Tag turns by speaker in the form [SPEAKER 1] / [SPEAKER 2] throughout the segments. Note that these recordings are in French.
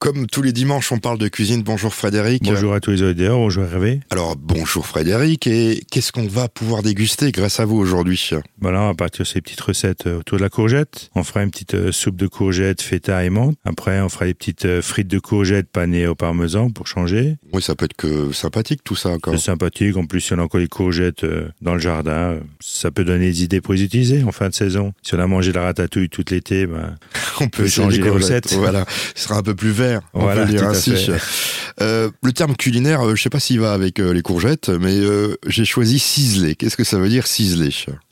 [SPEAKER 1] Comme tous les dimanches, on parle de cuisine. Bonjour Frédéric.
[SPEAKER 2] Bonjour à tous les auditeurs, bonjour Hervé.
[SPEAKER 1] Alors bonjour Frédéric, et qu'est-ce qu'on va pouvoir déguster grâce à vous aujourd'hui
[SPEAKER 2] Voilà, on va partir de ces petites recettes euh, autour de la courgette. On fera une petite euh, soupe de courgettes, feta et menthe. Après, on fera des petites euh, frites de courgettes panées au parmesan pour changer.
[SPEAKER 1] Oui, ça peut être que sympathique tout ça encore.
[SPEAKER 2] C'est sympathique. En plus, si on a encore des courgettes euh, dans le jardin, euh, ça peut donner des idées pour les utiliser en fin de saison. Si on a mangé la ratatouille tout l'été, ben,
[SPEAKER 1] On peut
[SPEAKER 2] changer
[SPEAKER 1] essayer
[SPEAKER 2] les
[SPEAKER 1] courgettes.
[SPEAKER 2] recettes.
[SPEAKER 1] Voilà, ce sera un peu plus vert, on
[SPEAKER 2] Voilà,
[SPEAKER 1] peut le dire
[SPEAKER 2] tout à
[SPEAKER 1] ainsi. Euh, le terme culinaire, euh, je sais pas s'il va avec euh, les courgettes, mais euh, j'ai choisi ciseler. Qu'est-ce que ça veut dire ciseler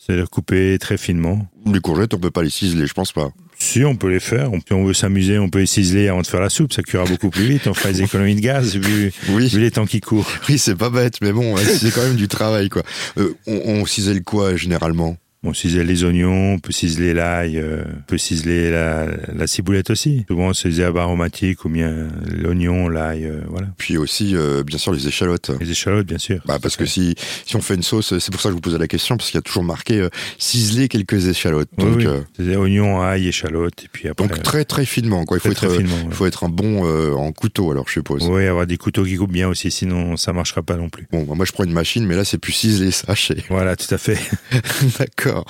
[SPEAKER 2] c'est de couper très finement.
[SPEAKER 1] Les courgettes, on peut pas les ciseler, je pense pas.
[SPEAKER 2] Si on peut les faire, on, si on veut s'amuser, on peut les ciseler avant de faire la soupe, ça cuira beaucoup plus vite, on fera des économies de gaz vu,
[SPEAKER 1] Oui,
[SPEAKER 2] vu les temps qui courent.
[SPEAKER 1] oui, c'est pas bête, mais bon, ouais, c'est quand même du travail quoi. Euh, on, on cisèle quoi généralement
[SPEAKER 2] On cisèle les oignons, on peut ciseler l'ail, euh, on peut ciseler la, la ciboulette aussi. Souvent on ciseler à aromatique ou bien l'oignon, l'ail, euh, voilà.
[SPEAKER 1] Puis aussi, euh, bien sûr, les échalotes.
[SPEAKER 2] Les échalotes, bien sûr.
[SPEAKER 1] Bah parce que si, si on fait une sauce, c'est pour ça que je vous posais la question, parce qu'il y a toujours marqué euh, ciseler quelques échalotes.
[SPEAKER 2] Oui,
[SPEAKER 1] donc,
[SPEAKER 2] oui.
[SPEAKER 1] euh,
[SPEAKER 2] C'est-à-dire oignon, ail, échalote, et puis après.
[SPEAKER 1] donc très très finement, quoi. Il faut,
[SPEAKER 2] très, très
[SPEAKER 1] être, euh,
[SPEAKER 2] finement.
[SPEAKER 1] faut être un bon euh, en couteau, alors je suppose.
[SPEAKER 2] Oui, avoir des couteaux qui coupent bien aussi, sinon ça marchera pas non plus.
[SPEAKER 1] Bon, bah, moi je prends une machine, mais là c'est plus ciseler, sachez.
[SPEAKER 2] Voilà, tout à fait.
[SPEAKER 1] D'accord.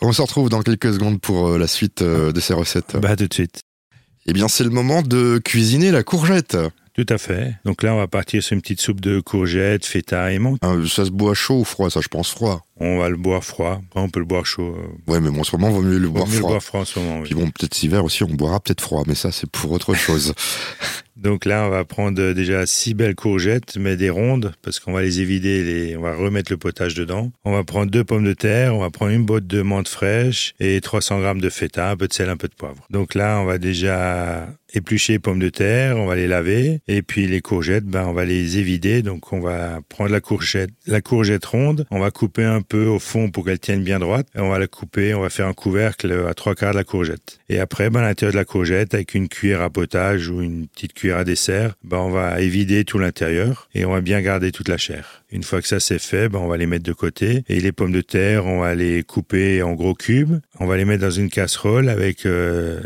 [SPEAKER 1] On se retrouve dans quelques secondes pour euh, la suite euh, de ces recettes.
[SPEAKER 2] Bah, tout de suite.
[SPEAKER 1] Eh bien, c'est le moment de cuisiner la courgette.
[SPEAKER 2] Tout à fait. Donc là, on va partir sur une petite soupe de courgettes, feta et menthe.
[SPEAKER 1] Hein, ça se boit chaud ou froid Ça, je pense froid.
[SPEAKER 2] On va le boire froid. Après, on peut le boire chaud. euh,
[SPEAKER 1] Ouais, mais bon, en ce moment, vaut mieux le
[SPEAKER 2] vaut
[SPEAKER 1] boire
[SPEAKER 2] mieux le
[SPEAKER 1] froid.
[SPEAKER 2] boire froid en ce moment. oui.
[SPEAKER 1] Puis bon, peut-être cet hiver aussi, on boira peut-être froid, mais ça, c'est pour autre chose.
[SPEAKER 2] Donc là, on va prendre euh, déjà six belles courgettes, mais des rondes, parce qu'on va les évider, les... on va remettre le potage dedans. On va prendre deux pommes de terre, on va prendre une botte de menthe fraîche et 300 grammes de feta, un peu de sel, un peu de poivre. Donc là, on va déjà éplucher les pommes de terre, on va les laver, et puis les courgettes, ben, on va les évider. Donc on va prendre la courgette, la courgette ronde, on va couper un peu au fond pour qu'elle tienne bien droite, et on va la couper, on va faire un couvercle à trois quarts de la courgette. Et après, ben, à l'intérieur de la courgette, avec une cuillère à potage ou une petite cuillère à dessert, ben, on va évider tout l'intérieur et on va bien garder toute la chair. Une fois que ça c'est fait, ben, on va les mettre de côté. Et les pommes de terre, on va les couper en gros cubes. On va les mettre dans une casserole avec euh,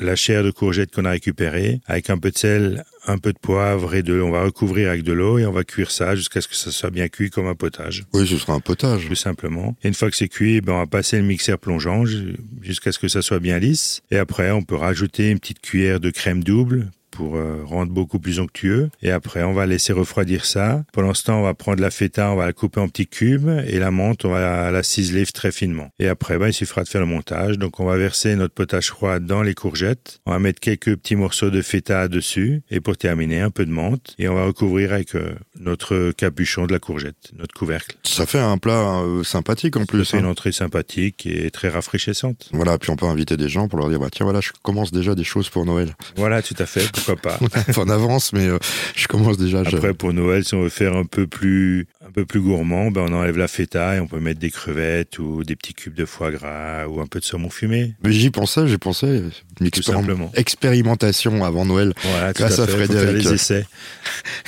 [SPEAKER 2] la chair de courgette qu'on a récupérée, avec un peu de sel, un peu de poivre et de, on va recouvrir avec de l'eau et on va cuire ça jusqu'à ce que ça soit bien cuit comme un potage
[SPEAKER 1] oui, ce sera un potage.
[SPEAKER 2] tout simplement. Et une fois que c'est cuit, ben, on va passer le mixeur plongeant ju- jusqu'à ce que ça soit bien lisse. Et après, on peut rajouter une petite cuillère de crème double pour euh, rendre beaucoup plus onctueux. Et après, on va laisser refroidir ça. Pendant ce temps, on va prendre la feta, on va la couper en petits cubes et la menthe, on va la ciseler très finement. Et après, ben, il suffira de faire le montage. Donc, on va verser notre potage froid dans les courgettes. On va mettre quelques petits morceaux de feta dessus et pour terminer, un peu de menthe. Et on va recouvrir avec euh, notre capuchon de la courgette, notre couvercle.
[SPEAKER 1] Ça fait un plat euh, sympathique en plus.
[SPEAKER 2] C'est
[SPEAKER 1] hein.
[SPEAKER 2] une entrée sympathique et très rafraîchissante.
[SPEAKER 1] Voilà, puis on peut inviter des gens pour leur dire bah tiens voilà, je commence déjà des choses pour Noël.
[SPEAKER 2] Voilà, tout à fait, pourquoi pas.
[SPEAKER 1] Enfin, en avance, mais euh, je commence déjà. je-
[SPEAKER 2] Après, pour Noël, si on veut faire un peu plus, un peu plus gourmand, ben on enlève la feta et on peut mettre des crevettes ou des petits cubes de foie gras ou un peu de saumon fumé.
[SPEAKER 1] Mais j'y pensais, j'y pensais. Une
[SPEAKER 2] Tout
[SPEAKER 1] expérim-
[SPEAKER 2] simplement.
[SPEAKER 1] expérimentation avant Noël.
[SPEAKER 2] Voilà, tout
[SPEAKER 1] Grâce
[SPEAKER 2] à
[SPEAKER 1] à
[SPEAKER 2] fait. faut faire
[SPEAKER 1] Frédéric.
[SPEAKER 2] les essais.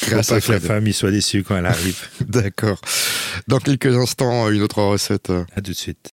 [SPEAKER 1] Grâce
[SPEAKER 2] Faut
[SPEAKER 1] à
[SPEAKER 2] pas que la
[SPEAKER 1] Fred.
[SPEAKER 2] femme y soit déçue quand elle arrive.
[SPEAKER 1] D'accord. Dans quelques instants, une autre recette.
[SPEAKER 2] à tout de suite.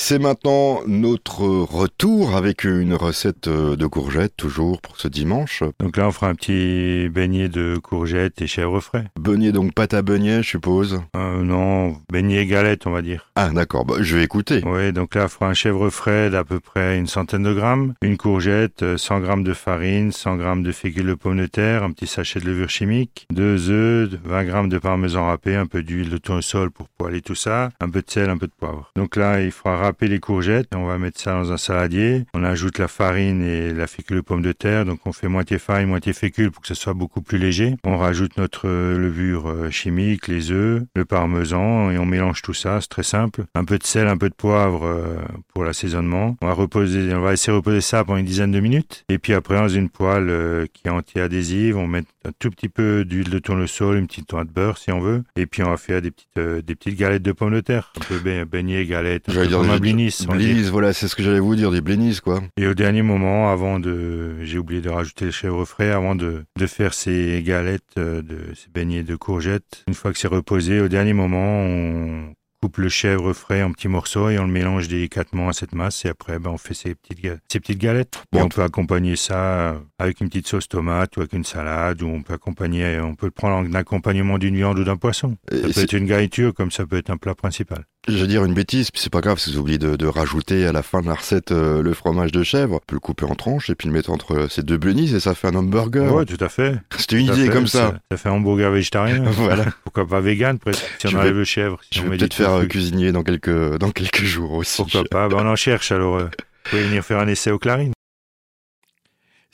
[SPEAKER 1] C'est maintenant notre retour avec une recette euh, de courgettes, toujours pour ce dimanche.
[SPEAKER 2] Donc là, on fera un petit beignet de courgettes et chèvres frais.
[SPEAKER 1] Beignet, donc pâte à beignet, je suppose.
[SPEAKER 2] Euh, non, beignet et galette, on va dire.
[SPEAKER 1] Ah, d'accord, bah, je vais écouter.
[SPEAKER 2] Oui, donc là, il faudra un chèvre frais d'à peu près une centaine de grammes, une courgette, euh, 100 grammes de farine, 100 grammes de fécule de pomme de terre, un petit sachet de levure chimique, deux œufs, 20 grammes de parmesan râpé, un peu d'huile de tournesol pour poêler tout ça, un peu de sel, un peu de poivre. Donc là, il faudra râper les courgettes et on va mettre ça dans un saladier. On ajoute la farine et la fécule de pomme de terre, donc on fait moitié farine, moitié fécule pour que ce soit beaucoup plus léger. On rajoute notre euh, levure euh, chimique, les œufs, le parmesan et on mélange tout ça, c'est très simple. Un peu de sel, un peu de poivre euh, pour l'assaisonnement. On va reposer, on va laisser reposer ça pendant une dizaine de minutes et puis après dans une poêle euh, qui est anti-adhésive, on met un tout petit peu d'huile de tournesol, une petite tointe de beurre si on veut et puis on va faire des petites euh, des petites galettes de pommes de terre, un peu ba- beignet, galette, un
[SPEAKER 1] J'allais
[SPEAKER 2] peu
[SPEAKER 1] dire
[SPEAKER 2] comme
[SPEAKER 1] des-
[SPEAKER 2] un blinis, on dit.
[SPEAKER 1] Blinis, voilà, c'est ce que j'allais vous dire, des blinis, quoi.
[SPEAKER 2] Et au dernier moment, avant de, j'ai oublié de rajouter le chèvre frais, avant de, de faire ces galettes, euh, de, ces beignets de courgettes, une fois que c'est reposé, au dernier moment, on coupe le chèvre frais en petits morceaux et on le mélange délicatement à cette masse. Et après, ben, on fait ces petites, ga- ces petites galettes. Et
[SPEAKER 1] Bon.
[SPEAKER 2] on peut accompagner ça avec une petite sauce tomate ou avec une salade. Ou on peut accompagner, on peut le prendre en accompagnement d'une viande ou d'un poisson.
[SPEAKER 1] Et
[SPEAKER 2] Ça peut
[SPEAKER 1] c'est-
[SPEAKER 2] être une garniture comme ça peut être un plat principal.
[SPEAKER 1] J'allais dire une bêtise, puis c'est pas grave si vous oubliez de, de rajouter à la fin de la recette euh, le fromage de chèvre. On peut le couper en tranches et puis le mettre entre euh, ces deux bunnies et ça fait un hamburger.
[SPEAKER 2] Ouais, tout à fait.
[SPEAKER 1] C'était une
[SPEAKER 2] Tout à
[SPEAKER 1] idée
[SPEAKER 2] fait.
[SPEAKER 1] comme ça.
[SPEAKER 2] Ça fait hamburger végétarien.
[SPEAKER 1] Voilà.
[SPEAKER 2] Pourquoi pas vegan presque Si
[SPEAKER 1] Je
[SPEAKER 2] on
[SPEAKER 1] vais-
[SPEAKER 2] enlève le chèvre. Si
[SPEAKER 1] Je
[SPEAKER 2] on
[SPEAKER 1] vais
[SPEAKER 2] met des
[SPEAKER 1] peut-être faire euh,
[SPEAKER 2] tofu.
[SPEAKER 1] cuisiner dans quelques, dans quelques jours aussi.
[SPEAKER 2] Pourquoi pas Ben, On en cherche alors. euh, Vous pouvez venir faire un essai au clarines.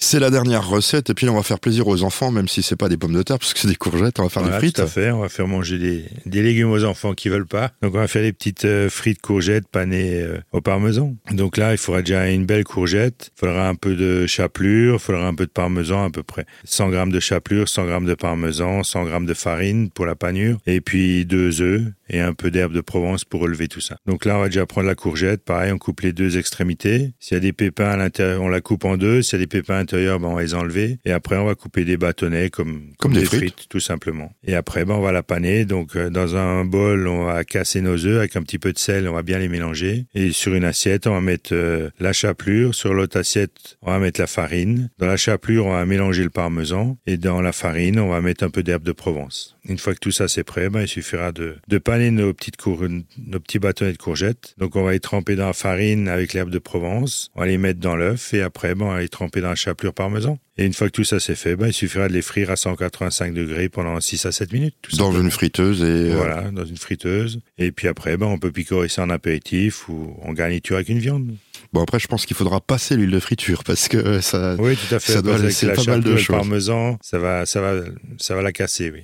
[SPEAKER 1] C'est la dernière recette et puis là on va faire plaisir aux enfants même si c'est pas des pommes de terre parce que c'est des courgettes, on va faire
[SPEAKER 2] Voilà,
[SPEAKER 1] des frites.
[SPEAKER 2] Tout à fait. On va faire manger des, des légumes aux enfants qui veulent pas. Donc on va faire des petites euh, frites courgettes panées euh, au parmesan. Donc là, il faudra déjà une belle courgette. Il faudra un peu de chapelure. Il faudra un peu de parmesan à peu près. 100 grammes de chapelure, 100 grammes de parmesan, 100 grammes de farine pour la panure. Et puis deux œufs et un peu d'herbe de Provence pour relever tout ça. Donc là, on va déjà prendre la courgette. Pareil, on coupe les deux extrémités. S'il y a des pépins à l'intérieur, on la coupe en deux. S'il y a des pépins à l'intérieur, ben, on va les enlever. Et après, on va couper des bâtonnets comme, comme,
[SPEAKER 1] des
[SPEAKER 2] des
[SPEAKER 1] frites.
[SPEAKER 2] frites frites, tout simplement. Et après, ben, on va la paner. Donc, euh, dans un bol, on va casser nos œufs avec un petit peu de sel. On va bien les mélanger. Et sur une assiette, on va mettre euh, la chapelure. Sur l'autre assiette, on va mettre la farine. Dans la chapelure, on va mélanger le parmesan. Et dans la farine, on va mettre un peu d'herbe de Provence. Une fois que tout ça c'est prêt, ben, il suffira de, de paner nos petites cour- nos petits bâtonnets de courgettes. Donc, on va les tremper dans la farine avec l'herbe de Provence. On va les mettre dans l'œuf. Et après, ben, on va les tremper dans la chapelure parmesan. Et une fois que tout ça c'est fait, ben, il suffira de les frire à 185 degrés pendant 6 à 7 minutes. Tout
[SPEAKER 1] Dans
[SPEAKER 2] simplement.
[SPEAKER 1] une friteuse et euh,
[SPEAKER 2] Voilà, dans une friteuse. Et puis après, ben, on peut picorer ça en apéritif ou en garniture avec une viande.
[SPEAKER 1] bon après je pense qu'il faudra passer l'huile de friture parce que euh, ça
[SPEAKER 2] Oui, tout à fait.
[SPEAKER 1] Ça doit
[SPEAKER 2] Parce que
[SPEAKER 1] laisser
[SPEAKER 2] la
[SPEAKER 1] pas mal de
[SPEAKER 2] chapelure et le
[SPEAKER 1] choses.
[SPEAKER 2] parmesan, ça va, ça, va, ça va la casser, oui.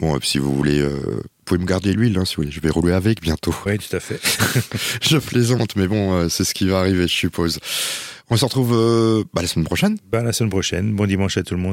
[SPEAKER 1] bon euh, si vous voulez euh, vous pouvez me garder l'huile hein, si vous voulez, je vais rouler avec bientôt.
[SPEAKER 2] Oui, tout à fait.
[SPEAKER 1] je plaisante mais bon euh, c'est ce qui va arriver je suppose. On se retrouve euh, bah, la semaine prochaine.
[SPEAKER 2] Ben, à la semaine prochaine. Bon dimanche à tout le monde.